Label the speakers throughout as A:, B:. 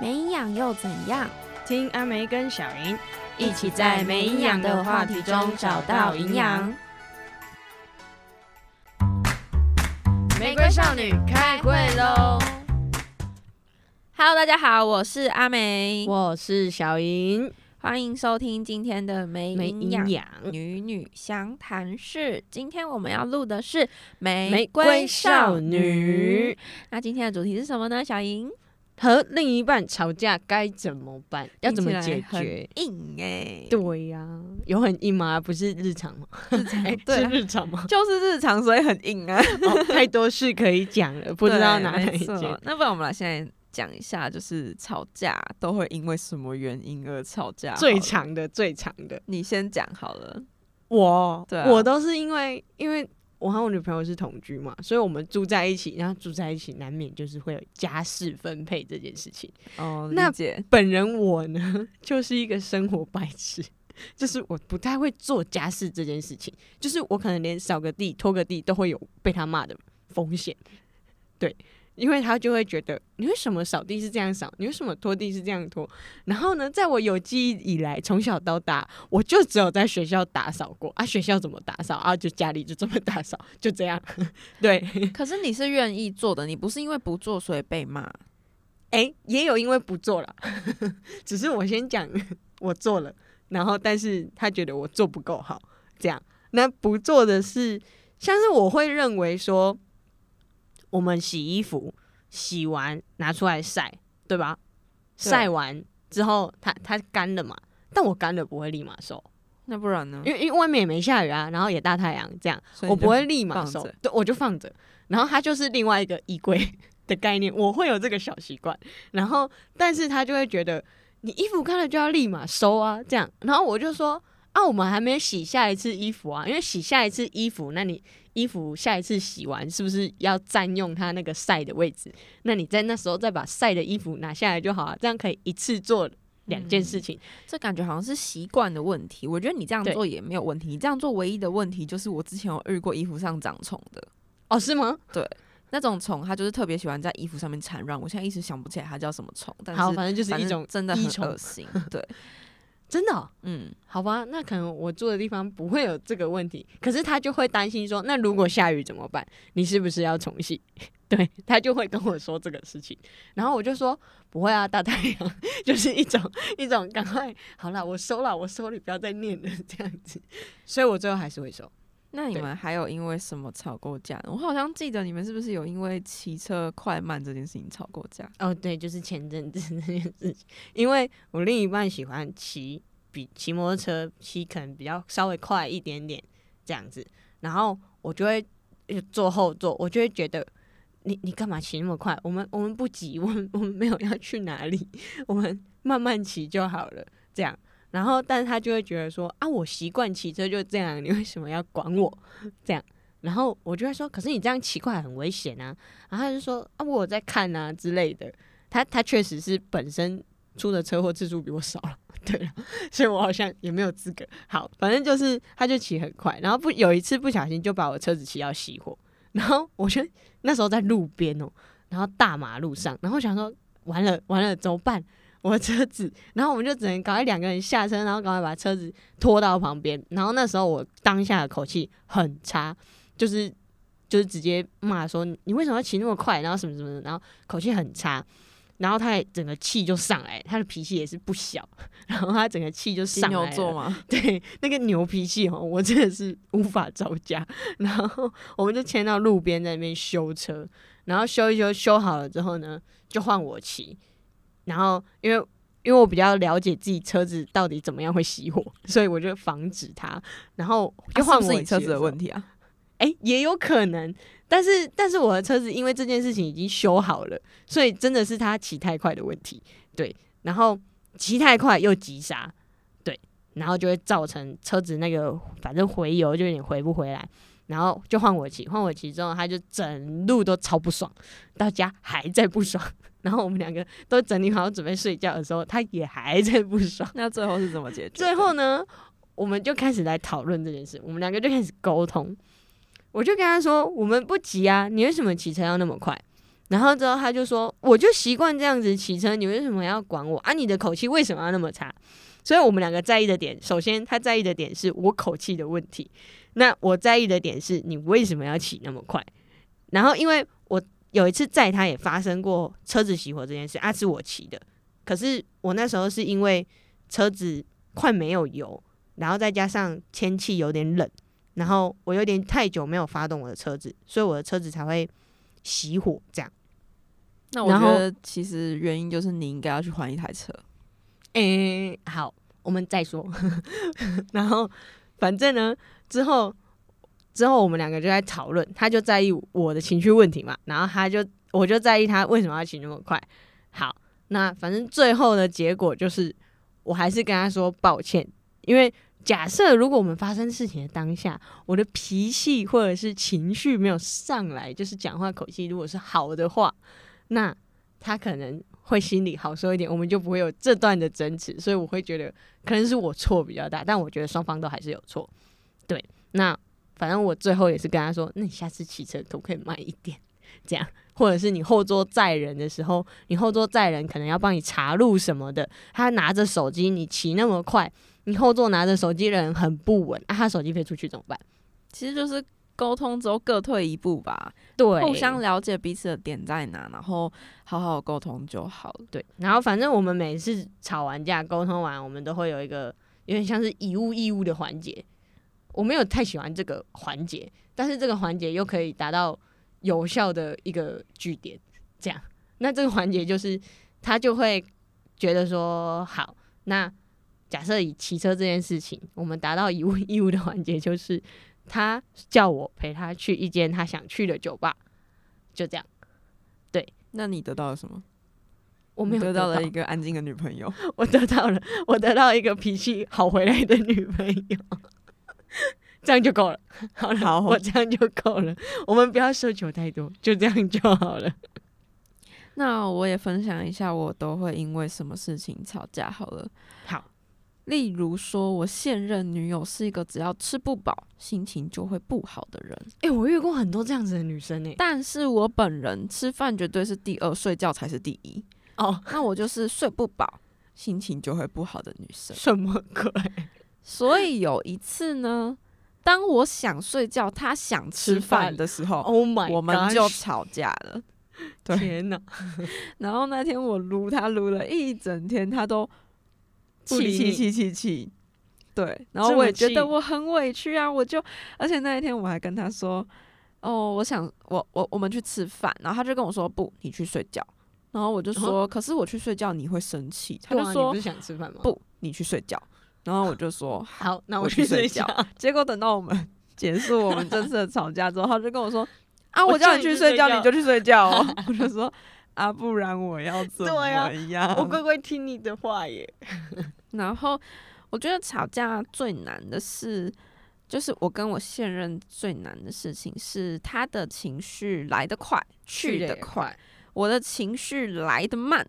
A: 没营养又怎样？
B: 听阿梅跟小莹
A: 一起在没营养的话题中找到营养。。
B: 玫瑰少女开会喽！
A: Hello，大家好，我是阿梅，
B: 我是小莹，
A: 欢迎收听今天的没
B: 没
A: 营养
B: 营养。
A: 女女详谈室。今天我们要录的是
B: 玫瑰少女。
A: 那今天的主题是什么呢？小莹
B: 和另一半吵架该怎么办？要怎么解
A: 听起来
B: 决？
A: 硬哎、
B: 对呀、有很硬吗？不是日常吗？ 哎
A: 对
B: 是
A: 啊？
B: 日常吗
A: 就是日常，所以很硬啊。
B: 哦，太多事可以讲了，不知道哪
A: 对没
B: 里
A: 错
B: 讲。
A: 那不然我们来现在讲一下，就是吵架都会因为什么原因而吵架好了？
B: 最长的，最长的，
A: 你先讲好了。
B: 我，
A: 对啊
B: 我都是因为因为我和我女朋友是同居嘛，所以我们住在一起，然后住在一起难免就是会有家事分配这件事情。
A: 哦，
B: 那
A: 理 解。
B: 本人我呢， 就是一个生活白痴， 就是我不太会做家事这件事情，就是我可能连扫个地、拖个地都会有被他骂的风险。对，因为他就会觉得你为什么扫地是这样扫，你为什么拖地是这样拖。然后呢，在我有记忆以来，从小到大，我就只有在学校打扫过啊，学校怎么打扫啊，就家里就这么打扫，就这样。 对，
A: 可是你是愿意做的，你不是因为不做所以被骂。
B: 哎、也有因为不做了， 只是我先讲我做了，然后但是他觉得我做不够好，这样。那不做的是，像是我会认为说，我们洗衣服洗完拿出来晒，对吧？
A: 对
B: 晒完之后它它干了嘛，但我干了不会立马收，
A: 那不然呢？
B: 因为因为外面也没下雨啊，然后也大太阳，这样
A: 所以
B: 我
A: 你就
B: 不会立马
A: 放
B: 收
A: 着，
B: 对，我就放着。然后它就是另外一个衣柜 的概念，我会有这个小习惯。然后，但是他就会觉得你衣服干了就要立马收啊，这样。然后我就说啊，我们还没洗下一次衣服啊，因为洗下一次衣服，那你衣服下一次洗完是不是要占用它那个晒的位置？那你在那时候再把晒的衣服拿下来就好了、啊这样可以一次做两件
A: 嗯
B: 事情。
A: 这感觉好像是习惯的问题。我觉得你这样
B: 对
A: 做也没有问题，你这样做唯一的问题就是我之前有遇过衣服上长虫的
B: 哦，是吗？
A: 那种虫，它就是特别喜欢在衣服上面产卵。我现在一时想不起来它叫什么虫，但是
B: 好，反正就是
A: 反
B: 一
A: 正
B: 种
A: 真的
B: 衣
A: 很
B: 虫
A: 恶心。 对，
B: 真的哦、
A: 嗯，
B: 好吧，那可能我住的地方不会有这个问题，可是他就会担心说，那如果下雨怎么办？你是不是要重洗？ 对他就会跟我说这个事情，然后我就说不会啊，大太阳 就是一种一种赶快好啦，我收了，我收，你不要再念了这样子，所以我最后还是会收。
A: 那你
B: 对
A: 们还有因为什么吵过架呢？我好像记得你们是不是有因为骑车快慢这件事情吵过架？
B: 哦，对，就是前阵子那件事情，因为我另一半喜欢骑比骑摩托车骑可能比较稍微快一点点这样子，然后我就会呃坐后座，我就会觉得你你干嘛骑那么快？我们我们不急，我们我们没有要去哪里，我们慢慢骑就好了，这样。然后，但是他就会觉得说啊，我习惯骑车就这样，你为什么要管我？ 这样，然后我就会说，可是你这样骑快很危险啊。然后他就说啊，我有在看啊之类的。他他确实是本身出的车祸次数比我少了，对了，所以我好像也没有资格。好，反正就是他就骑很快，然后不有一次不小心就把我车子骑到熄火，然后我就那时候在路边哦，然后大马路上，然后想说完了完了怎么办？我的车子，然后我们就只能赶快两个人下车，然后赶快把车子拖到旁边。然后那时候我当下的口气很差，就是就是直接骂说你为什么要骑那么快，然后什么什么的，然后口气很差，然后他也整个气就上来，他的脾气也是不小， 然后他整个气就
A: 金
B: 上来
A: 牛
B: 了
A: 座 吗？
B: 对，那个牛脾气哦， 我真的是无法招架。 然后我们就牵到路边在那边修车，然后修一修，修好了之后呢，就换我骑。然后因为因为我比较了解自己车子到底怎么样会熄火，所以我就防止它。然后就换
A: 啊
B: 我
A: 是不是你车子
B: 的
A: 的问
B: 题，
A: 题 啊？
B: 哎、也有可能。但是但是我的车子因为这件事情已经修好了，所以真的是他骑太快的问题。对，然后骑太快又急刹，对，然后就会造成车子那个反正回油就有点回不回来，然后就换我骑，换我骑之后他就整路都超不爽，到家还在不爽， 然后我们两个都整理好准备睡觉的时候，他也还在不爽。
A: 那最后是怎么解决的？
B: 最后呢，我们就开始来讨论这件事，我们两个就开始沟通。我就跟他说：“我们不急啊，你为什么骑车要那么快？”然后之后他就说，我就习惯这样子骑车，你为什么要管我啊？你的口气为什么要那么差？所以我们两个在意的点，首先他在意的点是我口气的问题，那我在意的点是你为什么要骑那么快？然后因为我有一次载他也发生过车子熄火这件事，啊是我骑的，可是我那时候是因为车子快没有油，然后再加上天气有点冷，然后我有点太久没有发动我的车子，所以我的车子才会熄火这样。
A: 那我
B: 然
A: 觉
B: 后
A: 得其实原因就是你应该要去换一台车。
B: 诶、哎好，我们再说。 然后，反正呢，之后之后我们两个就在讨论，他就在意我的情绪问题嘛，然后他就我就在意他为什么要骑那么快。好，那反正最后的结果就是，我还是跟他说抱歉，因为假设如果我们发生事情的当下，我的脾气或者是情绪没有上来，就是讲话口气如果是好的话，那他可能会心里好受一点，我们就不会有这段的争执，所以我会觉得可能是我错比较大，但我觉得双方都还是有错。对，那反正我最后也是跟他说，那你下次骑车可不可以慢一点？这样，或者是你后座载人的时候，你后座载人可能要帮你查路什么的，他拿着手机，你骑那么快，你后座拿着手机的人很不稳，啊，他手机飞出去怎么办？
A: 其实就是沟通之后各退一步吧，
B: 对，
A: 互相了解彼此的点在哪，然后好好沟通就好了。
B: 对，然后反正我们每次吵完架、沟通完，我们都会有一个有点像是以物易物的环节。我没有太喜欢这个环节，但是这个环节又可以达到有效的一个据点。这样，那这个环节就是他就会觉得说，好，那假设以骑车这件事情，我们达到以物易物的环节，就是他叫我陪他去一间他想去的酒吧，就这样。
A: 那你得到了什么？
B: 我没有
A: 你得到
B: 得
A: 了一个安静的女 朋友。
B: 我得到了，我得到一个脾气好回来的女朋友，这样就够了。好了，
A: 好
B: 我这样就够了。我们不要奢求太多，就这样就好了。
A: 那我也分享一下，我都会因为什么事情吵架好了。
B: 好，
A: 例如说，我现任女友是一个只要吃不饱，心情就会不好的人，
B: 哎、我遇过很多这样子的女生哎、
A: 但是我本人吃饭绝对是第二，睡觉才是第一。
B: 哦，
A: 那我就是睡不饱，心情就会不好的女生。
B: 什么鬼？
A: 所以有一次呢，当我想睡觉，她想吃饭的时候，
B: Oh my，
A: 我们就
B: gosh，
A: 吵架了。对，
B: 天哪，
A: 然后那天我撸她撸了一整天，她都
B: 不理
A: 气气
B: 你
A: 气气气。对，然后
B: 这
A: 我
B: 么
A: 也觉
B: 气
A: 得我很委屈啊，我就，而且那一天我还跟她说，哦，我想我我我们去吃饭，然后她就跟我说不，你去睡觉。然后我就说，可是我去睡觉你会生气。她
B: 嗯对
A: 就
B: 啊，你
A: 说
B: 不是想吃饭吗？，
A: 不，你去睡觉。然后我就说
B: 好，那
A: 我
B: 去
A: 去睡
B: 睡
A: 觉。结果等到我 们结束我们这次的吵架之后，他就跟我说：“啊，我叫你去睡觉，你就去睡觉 哦。”我就说：“啊，不然我要怎
B: 对啊
A: 么样？”
B: 我乖乖听你的话耶。
A: 然后我觉得吵架最难的是，就是我跟我现任最难的事情是，他的情绪来得快，去
B: 得
A: 得快；，我的情绪来得慢，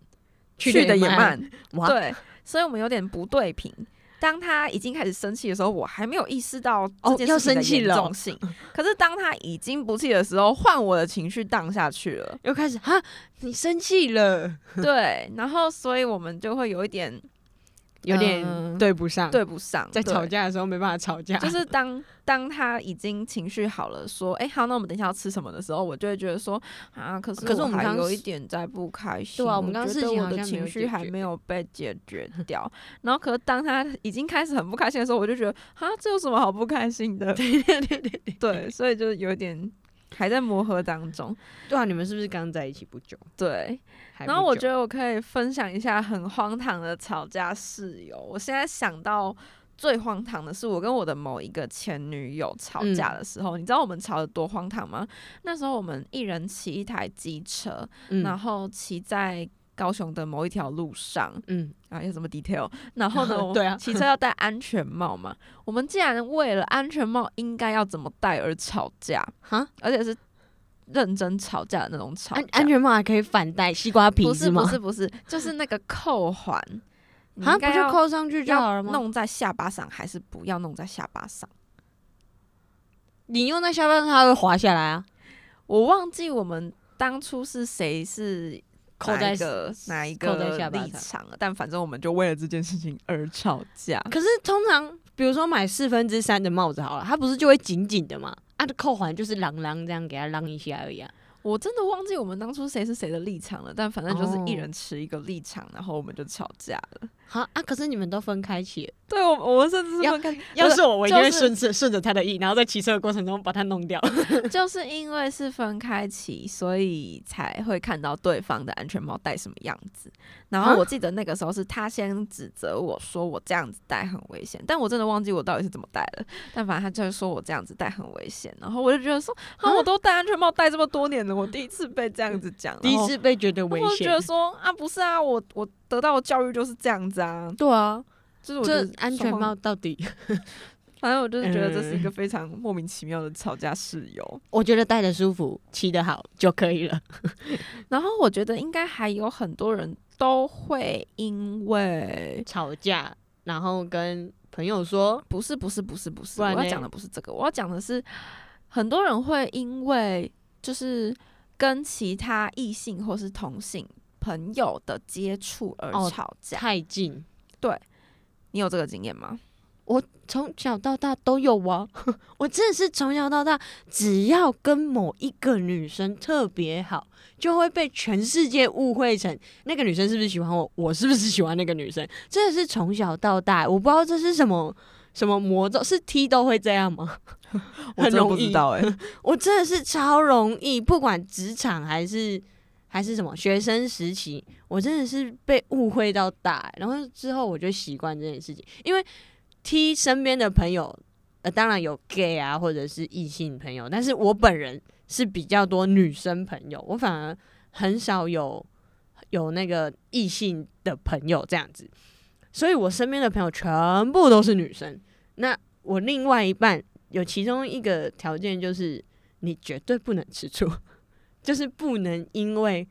B: 去
A: 去
B: 得
A: 得
B: 也
A: 也
B: 慢
A: 慢。
B: 哇，
A: 对，所以我们有点不对频。当他已经开始生气的时候，我还没有意识到
B: 哦
A: 这件
B: 要
A: 事情的
B: 生气
A: 严
B: 了哦。
A: 重性。可是当他已经不气的时候，换我的情绪荡下去了
B: 又开始哈，你生气了，
A: 对，然后所以我们就会有一点
B: 有点
A: 嗯
B: 对不上，
A: 对不上，
B: 在
A: 对
B: 吵。架的时候没办法吵架，
A: 就是当当他已经情绪好了，说“哎、好，那我们等一下要吃什么”的时候，我就会觉得说啊，可是
B: 可是我们
A: 还
B: 刚
A: 有
B: 事
A: 一点在不开心。
B: 对啊我
A: 我
B: 们刚
A: 觉
B: 事
A: 得
B: 情
A: 我
B: 好
A: 的
B: 像没有
A: 情绪
B: 解
A: 还
B: 决
A: 没有被解 决掉。然后，可是当他已经开始很不开心的时候，我就觉得啊，这有什么好不开心的？对对对对对，所以就有点还在磨合当中。
B: 对啊，你们是不是刚在一起不久？
A: 对，
B: 还
A: 然后我觉
B: 得
A: 得我可以分享一下很荒唐的吵架事由。我现在想到最荒唐的是，我跟我的某一个前女友吵架
B: 嗯
A: 的时候，你知道我们吵得多荒唐吗？那时候我们一人骑一台机车，然
B: 嗯
A: 后骑在高雄的某一条路上，
B: 嗯，
A: 啊，有什么 detail？然后 呢，
B: 对啊
A: 骑车要戴安全帽嘛。我们竟然为了安全帽应该要怎么戴而吵架，
B: 哈，
A: 而且是认真吵架的那种吵架。
B: 安安全帽还可以反戴西瓜皮
A: 不是
B: 吗？
A: 不是不是，就是那个扣环，你
B: 啊，
A: 应
B: 不
A: 该
B: 就
A: 要
B: 扣上去就好
A: 要
B: 了吗？
A: 弄在下巴上，还是不要弄在下巴上？
B: 你用在下巴上，它会滑下来啊。
A: 我忘记我们当初是谁是
B: 扣
A: 哪
B: 在
A: 一个哪一
B: 扣在
A: 个
B: 下巴
A: 立
B: 上
A: 场了，但反正我们就为了这件事情而吵架。
B: 可是通常，比如说买四分之三的帽子好了，它不是就会紧紧的嘛？啊，扣环就是啷啷这样给它啷一下而已啊。
A: 我真的忘记我们当初谁是谁的立场了，但反正就是一
B: 哦
A: 人持一个立场，然后我们就吵架了。
B: 好啊，可是你们都分开骑，
A: 对我，我们甚至是
B: 要
A: 分开，
B: 要
A: 不
B: 是我，我一定会
A: 就是
B: 顺着顺着他的意，然后在骑车的过程中把它弄掉。
A: 是就是因为是分开骑，所以才会看到对方的安全帽戴什么样子。然后
B: 啊
A: 我记得那个时候是他先指责我说我这样子戴很危险，但我真的忘记我到底是怎么戴了。但反正他就是说我这样子戴很危险，然后我就觉得说，啊，我都戴安全帽戴这么多年了，我第一次被这样子讲，
B: 第
A: 然
B: 一
A: 后
B: 次被觉得危
A: 我就觉
B: 险
A: 得，说啊，不是啊，我我得到的教育就是这样子啊，
B: 对啊，
A: 就是我觉
B: 这
A: 得
B: 安全
A: 双方
B: 帽，嗯到底，
A: 反正我就是觉得这是一个非常莫名其妙的吵架室友。
B: 我觉得戴的舒服，骑得好就可以了。
A: 然后我觉得应该还有很多人都会因为
B: 吵架，然后跟朋友说，
A: 不是不是不是不是，
B: 不然
A: 我要
B: 嘞
A: 讲的不是这个，我要讲的是很多人会因为就是跟其他异性或是同性朋友的接触而
B: 哦
A: 吵架。
B: 太近。
A: 你有这个经验吗？
B: 从小到大都有啊， 我真的是从小到大，只要跟某一个女生特别好，就会被全世界误会成那个女生是不是喜欢我，我是不是喜欢那个女生，真的是从小到大，我不知道这是什么什么魔咒，是 T 都会这样 吗？很容易，
A: 哎、
B: 我真的是超容易，不管职场还是还是什么学生时期，我真的是被误会到大、欸然后之后我就习惯这件事情，因为 T 身边的朋友，呃，当然有 gay 啊，或者是异性朋友，但是我本人是比较多女生朋友，我反而很少有有那个异性的朋友这样子，所以我身边的朋友全部都是女生。那我另外一半有其中一个条件就是，你绝对不能吃醋， 就是不能因为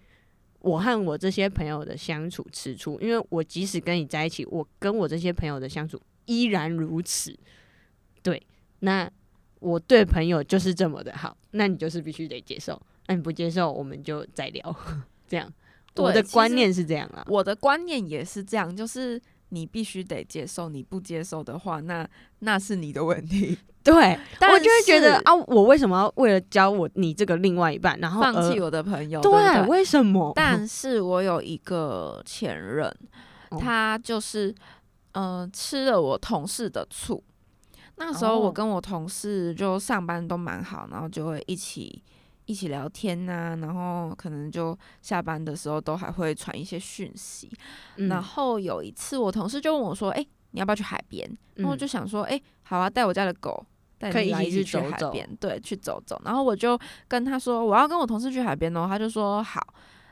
B: 我和我这些朋友的相处吃醋，因为我即使跟你在一起，我跟我这些朋友的相处依然如此。对，那我对朋友就是这么的好，那你就是必须得接受，那你不接受我们就再聊， 这样。
A: 对
B: 我的
A: 其实
B: 观念是这样啊，
A: 我的观念也是这样，就是你必须得接受，你不接受的话，那那是你的问题。
B: 对，
A: 但
B: 我就会觉得
A: 是
B: 啊，我为什么要为了教我你这个另外一半，然后
A: 放
B: 而
A: 弃我的朋友，
B: 对
A: 对不对，
B: 为什么？
A: 但是我有一个前任，
B: 哦
A: 他就是嗯、呃吃了我同事的醋。那时候
B: 哦
A: 我跟我同事就上班都蛮好，然后就会一起一起聊天呐、然后可能就下班的时候都还会传一些讯息。
B: 嗯
A: 然后有一次我同事就问我说：“哎、你要不要去海边？”然后我就
B: 嗯
A: 想说，哎、好啊，带我家的狗，带
B: 可以
A: 你来
B: 一
A: 一起
B: 起去
A: 去
B: 走
A: 海
B: 走
A: 边，对，去走走。然后我就跟他说，我要跟我同事去海边哦，他就说好，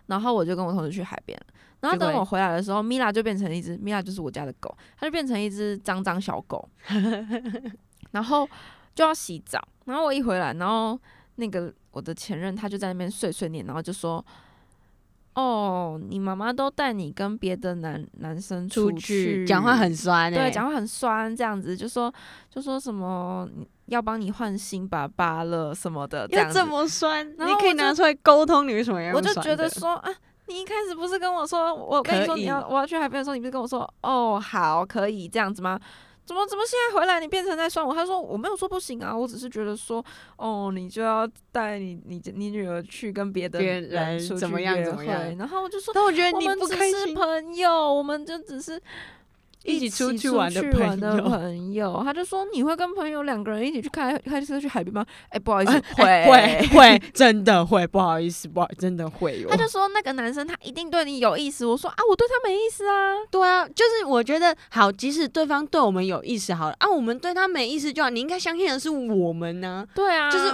A: 然后我就跟我同事去海边了。然后
B: 结果
A: 等
B: 嘞
A: 我回来的时候，米拉就变成一只米拉就是我家的狗，它就变成一只脏脏小 狗，然后就要洗澡。然后我一回来，然后那个我的前任他就在那边碎碎念，然后就说：“哦，你妈妈都带你跟别的男男生
B: 出
A: 去
B: 去讲话很酸欸
A: 对，讲话很酸，这样子就说就说什么你要帮你换新爸爸了什么的，这样
B: 要
A: 子
B: 这，么酸，
A: 然
B: 你
A: 后
B: 可以
A: 我就
B: 拿出来沟通，你为什么要
A: 我
B: 用
A: 就
B: 酸
A: 觉得
B: 的
A: 说啊，你一开始不是跟我说，我跟你说
B: 可以
A: 你要我要去海边的时候，你不是跟我说哦好可以这样子吗？怎么怎么现在回来你变成在酸我？他说我没有说不行啊，我只是觉得说哦你就要带你你你女儿去跟别的
B: 别人
A: 出去
B: 怎么样
A: 约
B: 怎么
A: 会
B: 样
A: 然后我就说
B: 但我觉得
A: 我
B: 你
A: 们
B: 不
A: 只
B: 开
A: 是
B: 心，
A: 朋友，我们就只是
B: 一起
A: 起
B: 出去
A: 去
B: 玩的
A: 的
B: 朋友
A: 朋友他就说你会跟朋友两个人一起去开开车去海边吗？哎、不好意思，
B: 哎
A: 会。
B: 会会真的会，不好意思，不好，真的会哦有
A: 他。就说那个男生他一定对你有意思，我说啊，我对他没意思啊，
B: 对啊，就是我觉得好，即使对方对我们有意思好了啊，我们对他没意思就好，你应该相信的是我们呢、
A: 对啊，
B: 就是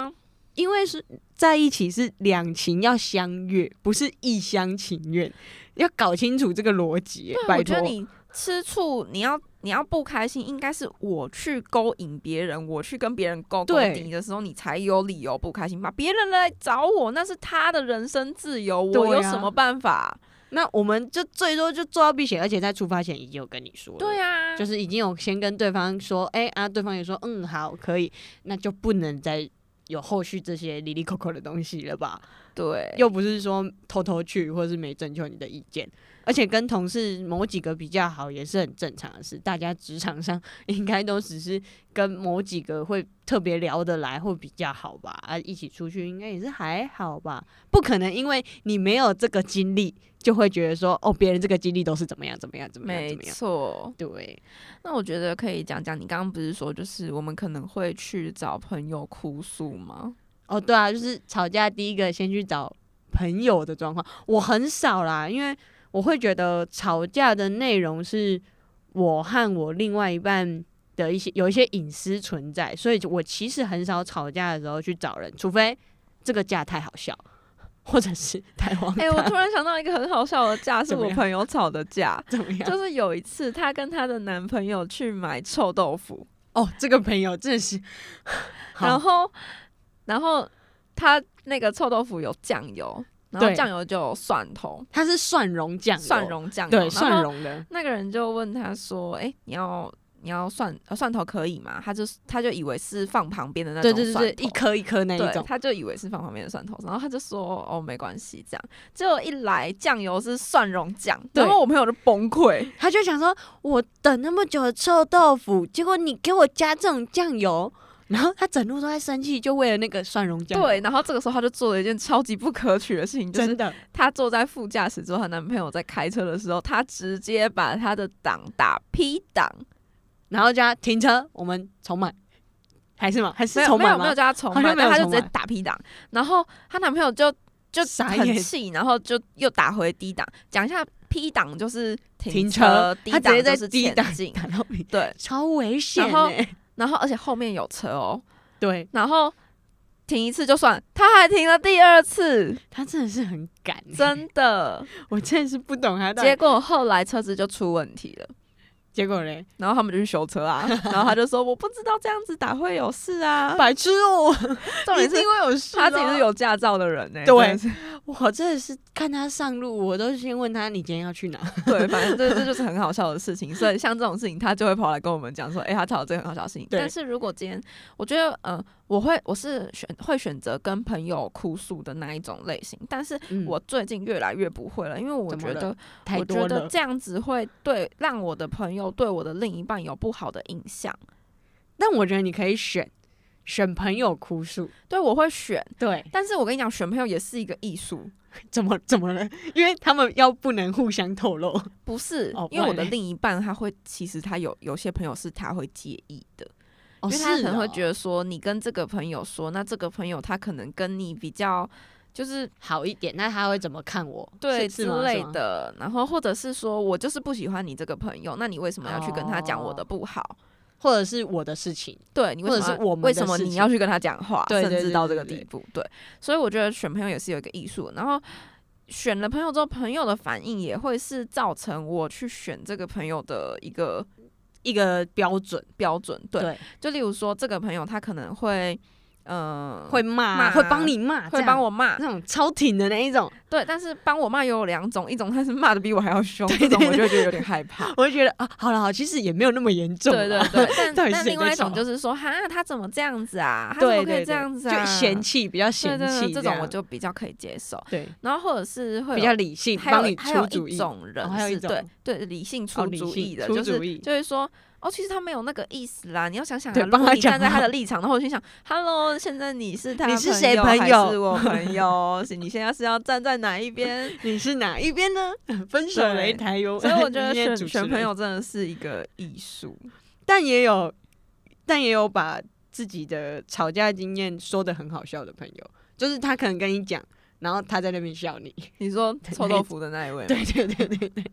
B: 因为是在一起是两情要相悦，不是一厢情愿，要搞清楚这个逻辑、
A: 对啊
B: 拜
A: 我觉
B: 托
A: 得，你吃醋，你要你要不开心，应该是我去勾引别人，我去跟别人勾勾
B: 对
A: 你的时候，你才有理由不开心吧？别人来找我，那是他的人生自由，我
B: 对
A: 有
B: 啊
A: 什么办法？
B: 那我们就最多就做到避嫌，而且在出发前已经有跟你说了，
A: 对啊，
B: 就是已经有先跟对方说，哎、啊，对方也说嗯好可以，那就不能再有后续这些里里扣扣的东西了吧？
A: 对，
B: 又不是说偷偷去，或者是没征求你的意见，而且跟同事某几个比较好也是很正常的事。大家职场上应该都只是跟某几个会特别聊得来或比较好吧，啊，一起出去应该也是还好吧，不可能因为你没有这个经历，就会觉得说哦，别人这个经历都是怎么样怎么样怎么样
A: 没
B: 怎么样。
A: 错。
B: 对，
A: 那我觉得可以讲讲，你刚刚不是说就是我们可能会去找朋友哭诉 吗？
B: 哦，对啊，就是吵架第一个先去找朋友的状况，我很少啦，因为我会觉得吵架的内容是我和我另外一半的一些有一些隐私存在，所以我其实很少吵架的时候去找人，除非这个架太好笑，或者是太荒
A: 哎、
B: 唐，
A: 我突然想到一个很好笑的 架，是
B: 怎么
A: 我
B: 样
A: 朋友吵的 架，
B: 怎么样？
A: 就是有一次她跟她的男朋友去买臭豆腐，
B: 哦，这个朋友真的是，
A: 然
B: 好，
A: 后然后她那个臭豆腐有酱油，然后
B: 对
A: 酱油就有蒜头，
B: 他是蒜蓉酱油，哦
A: 蒜蓉酱油，
B: 对
A: 然后
B: 蒜蓉的，
A: 那个人就问他说：“哎、你要你要蒜呃蒜头可以吗？”他就他就以为是放旁边的那种
B: 对对
A: 蒜
B: 对
A: 头
B: 对，一颗一颗那一
A: 对，
B: 种，
A: 他就以为是放旁边的蒜头，然后他就说：“哦，没关系，这样。”结果一来酱油是蒜蓉酱，
B: 对
A: 然后我朋友就崩溃。
B: 他就想说，我等那么久的臭豆腐，结果你给我加这种酱油， 然后他整路都在生气，就为了那个蒜蓉酱油。
A: 对，然后这个时候他就做了一件超级不可取的事情，就是
B: 真的，
A: 她坐在副驾驶座，她男朋友在开车的时候，她直接把她的档打 P 档，
B: 然后叫他停车，我们重买，还是吗？还是
A: 没有
B: 重
A: 没
B: 买
A: 有没有
B: 吗？
A: 叫她重
B: 好
A: 买，
B: 像没有
A: 但她就
B: 重
A: 直
B: 买
A: 接打 P 档，然后她男朋友就就
B: 傻
A: 很
B: 眼
A: 气，然后就又打回低档。讲一下 P 档就是
B: 停
A: 车
B: 车，
A: 低
B: 他直接
A: 档就
B: 在
A: 是
B: 低
A: 前
B: 档
A: 进，
B: 打 到你，
A: 对，
B: 超危险、
A: 然后
B: 欸。
A: 然后而且后面有车哦，
B: 对
A: 然后。停一次就算，她还停了第二 次，
B: 他真的是很敢、欸，
A: 真的。
B: 我真的是不懂他到
A: 结
B: 底。
A: 果后来车子就出问题了。
B: 结果嘞，
A: 然后他们就去修车 啊，然后他就说我不知道这样子打会有事啊。
B: 白痴哦、
A: 重
B: 你
A: 点
B: 是
A: 是
B: 因为有事、
A: 他自己是，有驾照的人呢、 欸
B: 对
A: 真的 是
B: 我真的是看他上路，我都先问他你今天要去哪。
A: 对，反正这这就是很好笑的事情。所以像这种事情，他就会跑来跟我们讲说，哎、他吵了这个很好笑的事情。
B: 对
A: 但是如果今天，我觉得，嗯、我会我是选会选择跟朋友哭诉的那一种类型，但是
B: 嗯
A: 我最近越来越不会了，因为我
B: 怎么
A: 觉得
B: 了太
A: 我
B: 多
A: 觉得
B: 了，
A: 这样子会对让我的朋友对我的另一半有不好的印象。
B: 但我觉得你可以选选朋友哭诉。
A: 对，我会选，
B: 对，
A: 但是我跟你讲，选朋友也是一个艺术。
B: 怎么怎么了？因为他们要不能互相透露。
A: 不是，
B: 哦不
A: 因为我
B: 然
A: 的
B: 嘞
A: 另一半他会，其实他有有些朋友是他会介意的，
B: 哦
A: 因为他可能会觉
B: 得
A: 得说，你跟这个朋友说，那这个朋友他可能跟你比较就是
B: 好一点，那他会怎么看我？
A: 对
B: 是
A: 之
B: 是吗
A: 类。
B: 是吗
A: 的，然后或者是说我就是不喜欢你这个朋友，那你为什么要去跟他讲
B: 哦
A: 我的不好？
B: 或者是我的事情，
A: 对你为什么要
B: 或者是我们的
A: 为什么
B: 事
A: 你
B: 情
A: 要去跟他讲话，
B: 对对
A: 甚至
B: 对
A: 到这
B: 对
A: 个
B: 对
A: 地步？对，所以我觉得选朋友也是有一个艺术。然后选了朋友之后，朋友的反应也会是造成我去选这个朋友的一个
B: 一个标准，
A: 标准。对，
B: 对，
A: 就例如说，这个朋友他可能会，嗯、
B: 会骂啊，
A: 骂啊
B: 会帮你骂，
A: 会帮
B: 我
A: 我骂，
B: 那种超挺的那一种，
A: 对，但是帮我骂又有两种，一种他是骂的比我还要凶，
B: 对
A: 这种
B: 对
A: 我就会觉得有点害 怕。
B: 我就觉得啊，好了好，其实也没有那么严重啊，
A: 对对对，但
B: 到底是
A: 但
B: 谁
A: 另外
B: 在
A: 一种
B: 吵
A: 就是说，哈，他怎么这样子啊？他怎
B: 对
A: 么
B: 对
A: 可以
B: 对
A: 这样子啊？
B: 就嫌弃，比较嫌
A: 对对
B: 弃
A: 对，这种我
B: 样
A: 就比较可以接受。
B: 对
A: 然后或者是会有
B: 比较理性，
A: 还有
B: 帮你
A: 还有
B: 出主
A: 一
B: 意，
A: 种人
B: 哦还有一
A: 是
B: 种
A: 对对理性出
B: 理
A: 主
B: 性
A: 意的，
B: 出
A: 就是
B: 主意
A: 就会说哦，其实他没有那个意思啦，你要想想啊、
B: 对
A: 如
B: 帮
A: 果
B: 他
A: 你站
B: 讲
A: 在他
B: 话
A: 的立场，然后我心想，Hello，现在你是他
B: 你是谁
A: 朋
B: 朋
A: 还是
B: 友
A: 我朋友？是你现在是要站在哪一 边？
B: 你是哪一边呢？分手擂台哟，
A: 所以我觉 得
B: 今天
A: 选
B: 主持
A: 选朋
B: 人
A: 友真的是一个艺术。
B: 但也有，但也有把自己的吵架经验说的很好笑的朋友，就是他可能跟你讲，然后他在那边笑你。
A: 你说臭
B: 那
A: 豆
B: 一
A: 腐的那一位吗，
B: 对对对对对，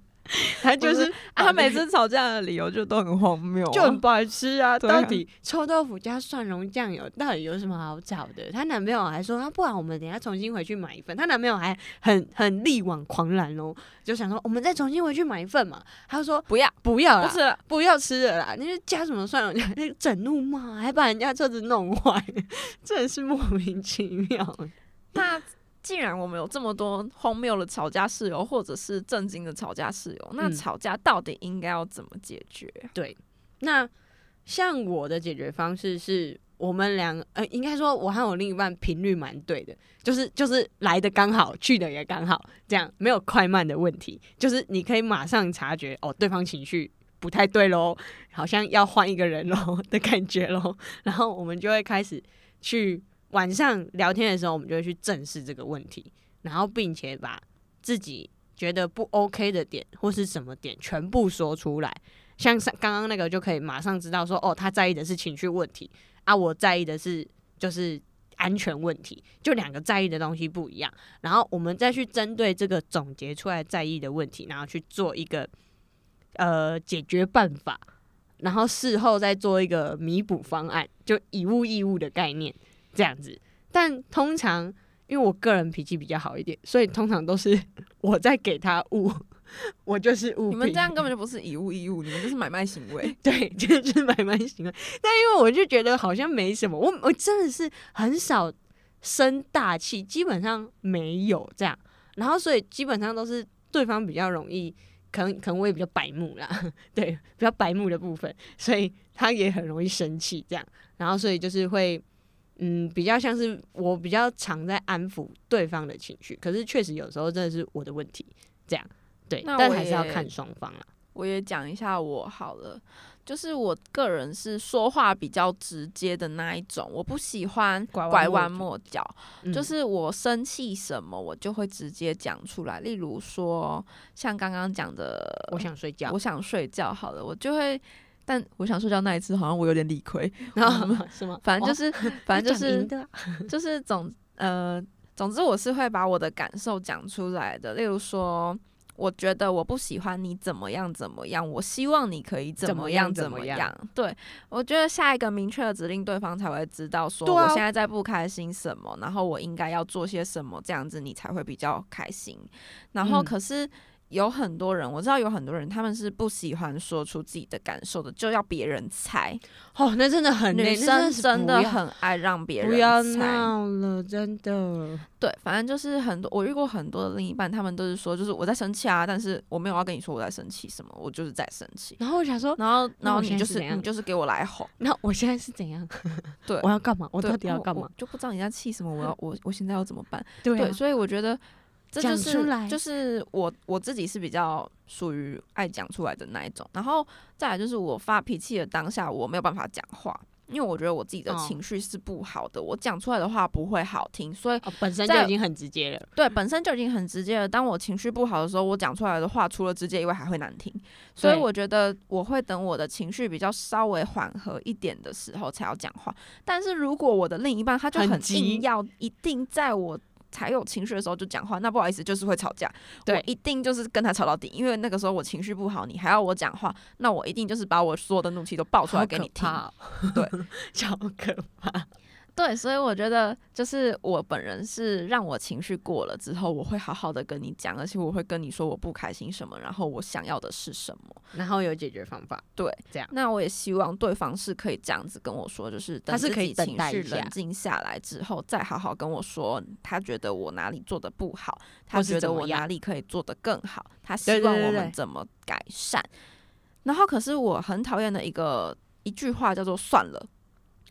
B: 他就
A: 不
B: 是
A: 啊，他
B: 把
A: 每
B: 那
A: 次吵架的理由就都很荒谬啊、
B: 就很白痴啊！
A: 对啊
B: 到底臭豆腐加蒜蓉酱油到底有什么好吵的？她男朋友还说，那啊不然我们等一下重新回去买一份。她男朋友还很很力挽狂澜哦，就想说我们再重新回去买一份嘛。他就说
A: 不要，
B: 不啊要
A: 不
B: 啦，
A: 是啦
B: 不要吃了啦！那就加什么蒜蓉酱，那个整路骂，还把人家车子弄坏， 真的是莫名其妙。
A: 那既然我们有这么多荒谬的吵架室友，或者是震惊的吵架室友，那
B: 嗯
A: 吵架到底应该要怎么解决？
B: 那像我的解决方式是，我们两个呃，应该说我和我另一半频率蛮对的，就是就是来的刚好，去的也刚好，这样没有快慢的问题，就是你可以马上察觉哦，对方情绪不太对喽，好像要换一个人喽的感觉喽，然后我们就会开始去晚上聊天的时候，我们就会去正视这个问题，然后并且把自己觉得不 OK 的点或是什么点全部说出来，像上刚刚那个就可以马上知道说哦，他在意的是情绪问题。啊，我在意的是就是安全问题，就两个在意的东西不一样。然后我们再去针对这个总结出来在意的问题，然后去做一个呃解决办法，然后事后再做一个弥补方案，就以物易物的概念这样子。但通常因为我个人脾气比较好一点，所以通常都是 我在给他物，我就是物。。
A: 你们这样根本就不是以物易物，你们就是买卖行为
B: 对， 这就是买卖行为。但因为我就觉得好像没什么，我我真的是很少生大气，基本上没有这样。然后所以基本上都是对方比较容易，可能可能我也比较白目啦， 对，比较白目的部分，所以他也很容易生气这样。然后所以就是会。嗯，比较像是我比较常在安抚对方的情绪，可是确实有时候真的是我的问题，这样对，
A: 那
B: 但
A: 我
B: 还是要
A: 也
B: 看双方啦。
A: 我也讲一下我好了，就是我个人是说话比较直接的那一种，我不喜欢
B: 拐弯
A: 拐
B: 抹
A: 弯
B: 角
A: 抹角。
B: 嗯
A: 就是我生气什么，我就会直接讲出来。例如说，像刚刚讲的，
B: 我想睡觉
A: 我，想睡觉，好了，我就会。但我想睡觉那一次，好像我有点理 亏。嗯
B: 然后是吗？
A: 反正就
B: 哇
A: 是，反正就
B: 哦你讲
A: 是
B: 赢，的啊
A: 就是总呃，总之我是会把我的感受讲出来的。例如说，我觉得我不喜欢你怎么样怎么样，我希望你可以
B: 怎
A: 怎
B: 么
A: 么
B: 样
A: 样
B: 怎
A: 怎
B: 么
A: 么
B: 样
A: 样。对，我觉得下一个明确的指令，对方才会知道说
B: 对啊
A: 我现在在不开心什么，然后我应该要做些什么，这样子你才会比较开心。然后
B: 嗯
A: 可是。有很多人，我知道有很多人，他们是不喜欢说出自己的感受的，就要别人猜。
B: 哦，那真的很累，
A: 女
B: 那
A: 生
B: 是
A: 真
B: 不
A: 的
B: 要
A: 很爱让别人
B: 不要
A: 猜。
B: 闹了，真的。
A: 对，反正就是很多，我遇过很多的另一半，他们都是说，就是我在生气啊，但是我没有要跟你说我在生气什么，我就是在生气。
B: 然后我想说，
A: 然后，
B: 那
A: 然
B: 我
A: 后
B: 现
A: 你
B: 在
A: 就是是
B: 怎样
A: 你就是给我来吼，
B: 那我现在是怎样？
A: 对
B: 我要干嘛？我
A: 对
B: 到底要干？
A: 我
B: 嘛
A: 我？就不知道你在气什么，我要我我现在要怎么办？
B: 对
A: 对，
B: 啊
A: 所以我觉得这就
B: 讲出来
A: 是就是我我自己是比较属于爱讲出来的那一种，然后再来就是我发脾气的当下，我没有办法讲话，因为我觉得我自己的
B: 哦
A: 情绪是不好的，我讲出来的话不会好听，所以
B: 哦，本身就
A: 在
B: 已经很直接了。
A: 对，本身就已经很直接了。当我情绪不好的时候，我讲出来的话除了直接以外还会难听，所以
B: 对
A: 我觉得我会等我的情绪比较稍微缓和一点的时候才要讲话。但是如果我的另一半他就
B: 很
A: 很
B: 急
A: 硬要一定在我才有情绪的时候就讲话，那不好意思，就是会吵架。
B: 对
A: 我一定就是跟他吵到底，因为那个时候我情绪不好，你还要我讲话，那我一定就是把我所有的怒气都爆出来
B: 好
A: 给
B: 可
A: 你听。
B: 怕哦
A: 对，
B: 超可怕。
A: 对，所以我觉得就是我本人是让我情绪过了之后，我会好好的跟你讲，而且我会跟你说我不开心什么，然后我想要的是什么。
B: 然后有解决方法，
A: 对，
B: 这样
A: 那我也希望对方是可以这样子跟我说，就是
B: 他
A: 等
B: 是
A: 自
B: 可以
A: 己
B: 等
A: 情
B: 待
A: 绪
B: 一下
A: 冷静下来之后，再好好跟我说，他觉得我哪里做的不好，他
B: 或是
A: 觉
B: 怎
A: 得
B: 么
A: 我
B: 样
A: 哪里可以做得更好，他
B: 对
A: 希
B: 对
A: 望
B: 对
A: 我
B: 对
A: 们怎么改善。然后，可是我很讨厌的一个一句话叫做“算了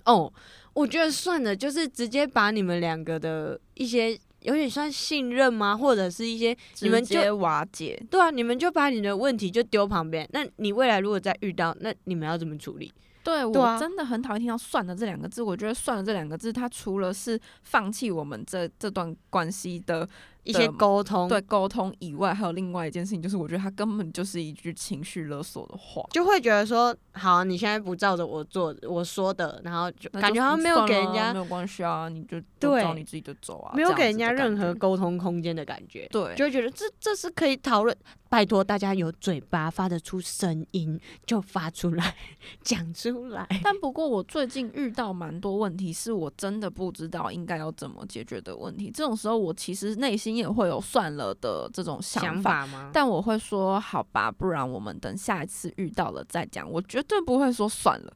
B: 哦，我觉得算了，就是直接把你们两个的一些有点算信任吗，或者是一些”，你们
A: 直
B: 就
A: 接瓦解。
B: 对啊，你们就把你的问题就丢旁边。那你未来如果再遇到，那你们要怎么处理？
A: 对
B: 对啊
A: 我真的很讨厌听到“算了”这两个字。我觉得“算了”这两个字，它除了是放弃我们这这段关系的
B: 一些
A: 的
B: 沟通，
A: 对沟通以外，还有另外一件事情，就是我觉得它根本就是一句情绪勒索的话。
B: 就会觉得说，好，你现在不照着我做我说的，然后就
A: 那
B: 感
A: 就
B: 觉好
A: 嗯
B: 像没有
A: 算
B: 给人
A: 了啊
B: 家
A: 没有关系啊，你就
B: 对
A: 就找你自己的走啊，
B: 没有
A: 这样
B: 给人
A: 子
B: 家
A: 的感
B: 任何
A: 觉
B: 沟通空间的感觉，
A: 对，
B: 就会觉得这这是可以讨论。拜托大家有嘴巴发得出声音就发出来， 讲出来。
A: 但不过我最近遇到蛮多问题，是我真的不知道应该要怎么解决的问题。这种时候，我其实内心也会有算了的这种想法，
B: 吗？
A: 但我会说好吧，不然我们等下一次遇到了再讲。我绝对不会说算了。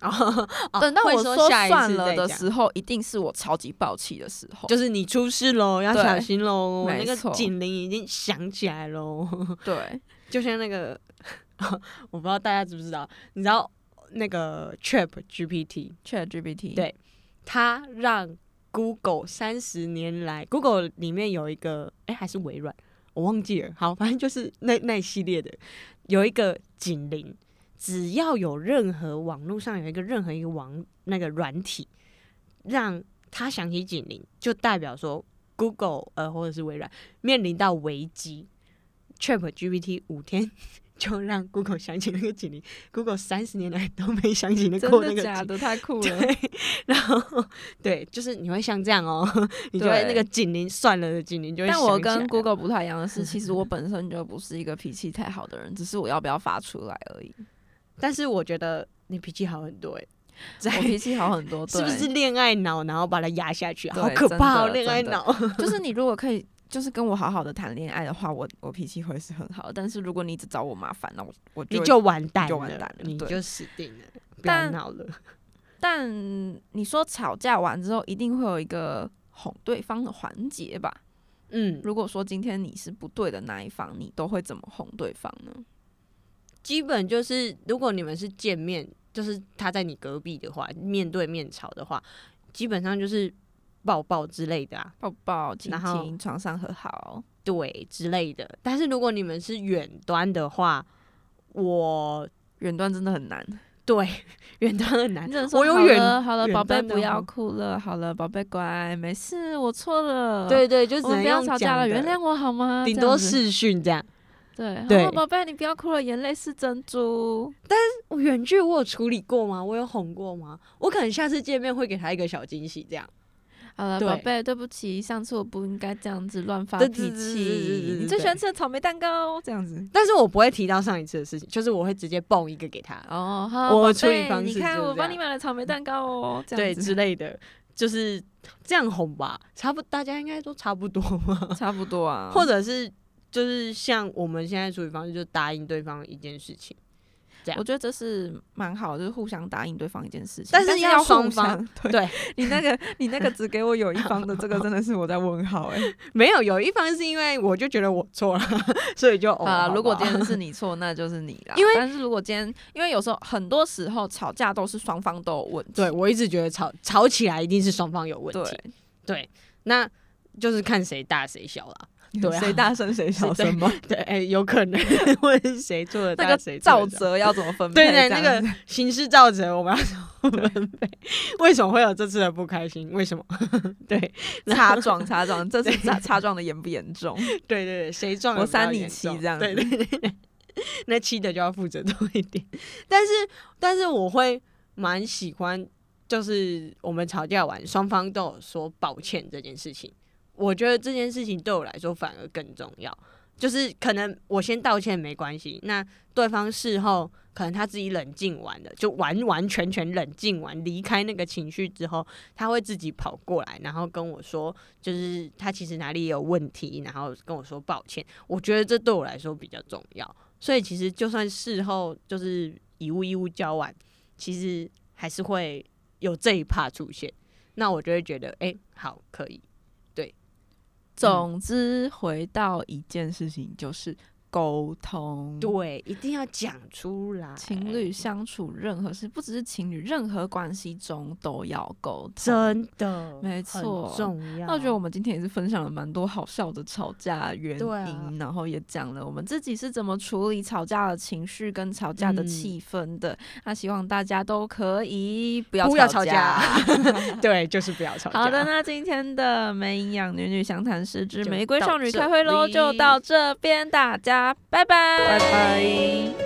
B: 哦， 哦
A: 等到
B: 会
A: 我
B: 说下一次
A: 算了
B: 再
A: 的
B: 讲
A: 时候，一定是我超级爆气的时候。
B: 就是你出事喽，要
A: 对
B: 小心喽，那
A: 没
B: 个
A: 错
B: 警铃已经响起来喽。
A: 对，
B: 就像那个，我不知道大家知不知道，你知道那个 Chat GPT，
A: Chat GPT，
B: 对它让 Google 三十年来，Google 里面有一个，哎、还是微软，我忘记了。好，反 正就是那那一系列的有一个警铃，只要有任何网络上有一个任何一个网那个软体，让它响起警铃，就代表说 Google 呃或者是微软面临到危机。Chat GPT 五天 就让 Google 响起那个警铃，Google 三十年来都没响起那
A: 真
B: 过那
A: 的
B: 个
A: 假
B: 警
A: 的？太 酷了！
B: 对，然后对，就是你会像这样哦， 你就会
A: 对
B: 那个警铃算了的警铃就会
A: 但
B: 响起来。
A: 我跟 Google 不太一样的 是，其实我本身就不是一个脾气太好的人，只是我要不要发出来而已。
B: 但是我觉得你脾气好很多哎， 在
A: 我 脾气好很多，
B: 是不
A: 对
B: 是恋爱脑，然后把它压下去，
A: 对
B: 好可怕哦，
A: 真的
B: 恋爱脑。
A: 就是你如果可以，就是跟我好好的谈恋爱的话，我我脾气会是很好的。但是如果你一直找我麻烦，那我我
B: 你
A: 会
B: 就完蛋了，
A: 就完蛋了
B: 你
A: 对
B: 就死定了，不要
A: 但
B: 闹了。
A: 但你说吵架完之后，一定会有一个哄对方的环节吧？
B: 嗯，
A: 如果说今天你是不对的那一方，你都会怎么哄对方呢？
B: 基本就是如果你们是见面，就是他在你隔壁的话，面对面吵的话，基本上就是抱抱之类的啊。
A: 抱抱、亲
B: 然后
A: 亲、床上和好，
B: 对之类的。但是如果你们是远端的话，我
A: 远端真的很难。
B: 对远端很难
A: 你只能。说
B: 哎我有
A: 好
B: 远
A: 了，好了，
B: 远
A: 宝贝
B: 端的
A: 不要
B: 吗
A: 哭了，好了，宝贝乖，没事，我错了，，
B: 对对，就只
A: 我们
B: 能
A: 不要
B: 用
A: 吵架
B: 讲
A: 了，
B: 的
A: 原谅我好吗？
B: 顶
A: 这样
B: 多
A: 子
B: 视讯这样。
A: 对，
B: 对
A: 好宝贝，你不要哭了，眼泪是珍珠。
B: 我远距我有处理过吗？我有哄过吗？我可能下次见面会给他一个小惊喜，这样。
A: 好了，
B: 对
A: 宝贝，对不起，上次我不应该这样子乱发
B: 对
A: 脾
B: 对对对对对
A: 气
B: 对。
A: 你最喜欢吃的草莓蛋糕，哦这样子。
B: 但是我不会提到上一次的事情，就是我会直接蹦一个给他，
A: 哦，好，
B: 我
A: 宝
B: 处理
A: 贝
B: 方
A: 你
B: 式
A: 看
B: 就是
A: 我
B: 这
A: 帮你
B: 样
A: 买了草莓蛋糕哦，这
B: 对
A: 样子
B: 之类的，就是这样哄吧，差不大家应该都差不多吧。
A: 差不多啊。
B: 或者是就是像我们现在处理方式，就答应对方一件事情，这样
A: 我觉得这是蛮好，就是互相答应对方一件事情，
B: 但
A: 但
B: 是要
A: 要
B: 双
A: 互
B: 方
A: 相。对，
B: 对
A: 你那个你那个只给我有一方的这个真的是我在问号 哎、
B: 没有有一方是因为我就觉得我错了， 所以就哦，
A: 啊，
B: 好
A: 如果
B: 吧
A: 今天 是你错，那就是你啦。
B: 因为
A: 但是如果今天，因为有时候很多时候吵架都是双方都有问题，
B: 对我一直觉得吵吵起来一定是双方有问题，
A: 对，
B: 那就是看谁大谁小 啦。对啊
A: 谁大声谁小声吗？
B: 对，哎、有可能 或者是谁做的
A: 那
B: 大
A: 个
B: 谁做
A: 照
B: 得小
A: 责要怎么分配？
B: 对对，
A: 这
B: 那
A: 样
B: 个刑事照责我们要怎么分配？ 为什么会有这次的不开心？为什么？ 对
A: 擦撞擦撞，这是擦擦撞的严不严重？
B: 对对对，谁撞
A: 我
B: 得比较
A: 扇你
B: 严
A: 七
B: 重
A: 这样
B: 对
A: 子
B: 对对，对 那七的就要负责多一点。但是但是我会蛮喜欢，就是我们吵架完，双方都有说抱歉这件事情。我觉得这件事情对我来说反而更重要，就是可能我先道歉没关系，那对方事后可能他自己冷静完了，就完完全全冷静完，离开那个情绪之后，他会自己跑过来，然后跟我说，就是他其实哪里有问题，然后跟我说抱歉。我觉得这对我来说比较重要，所以其实就算事后就是一物一物交完，其实还是会有这一趴出现。那我就会觉得，哎、好，可以，
A: 总之，回到一件事情就是沟通。
B: 对，一定要讲出来。
A: 情侣相处任何事，不只是情侣，任何关系中都要沟通。
B: 真的
A: 没
B: 很
A: 错
B: 重要。
A: 那我觉得我们今天也是分享了蛮多好笑的吵架原因，
B: 对啊
A: 然后也讲了我们自己是怎么处理吵架的情绪跟吵架的气氛的。那希望大家都可以不要
B: 不要
A: 吵
B: 吵架对，就是不要吵架。
A: 好的，，那今天的没营养女女详谈室之
B: 就
A: 玫瑰少
B: 到
A: 女
B: 这
A: 开会喽，就
B: 里
A: 到这边，大家拜拜，
B: 拜拜。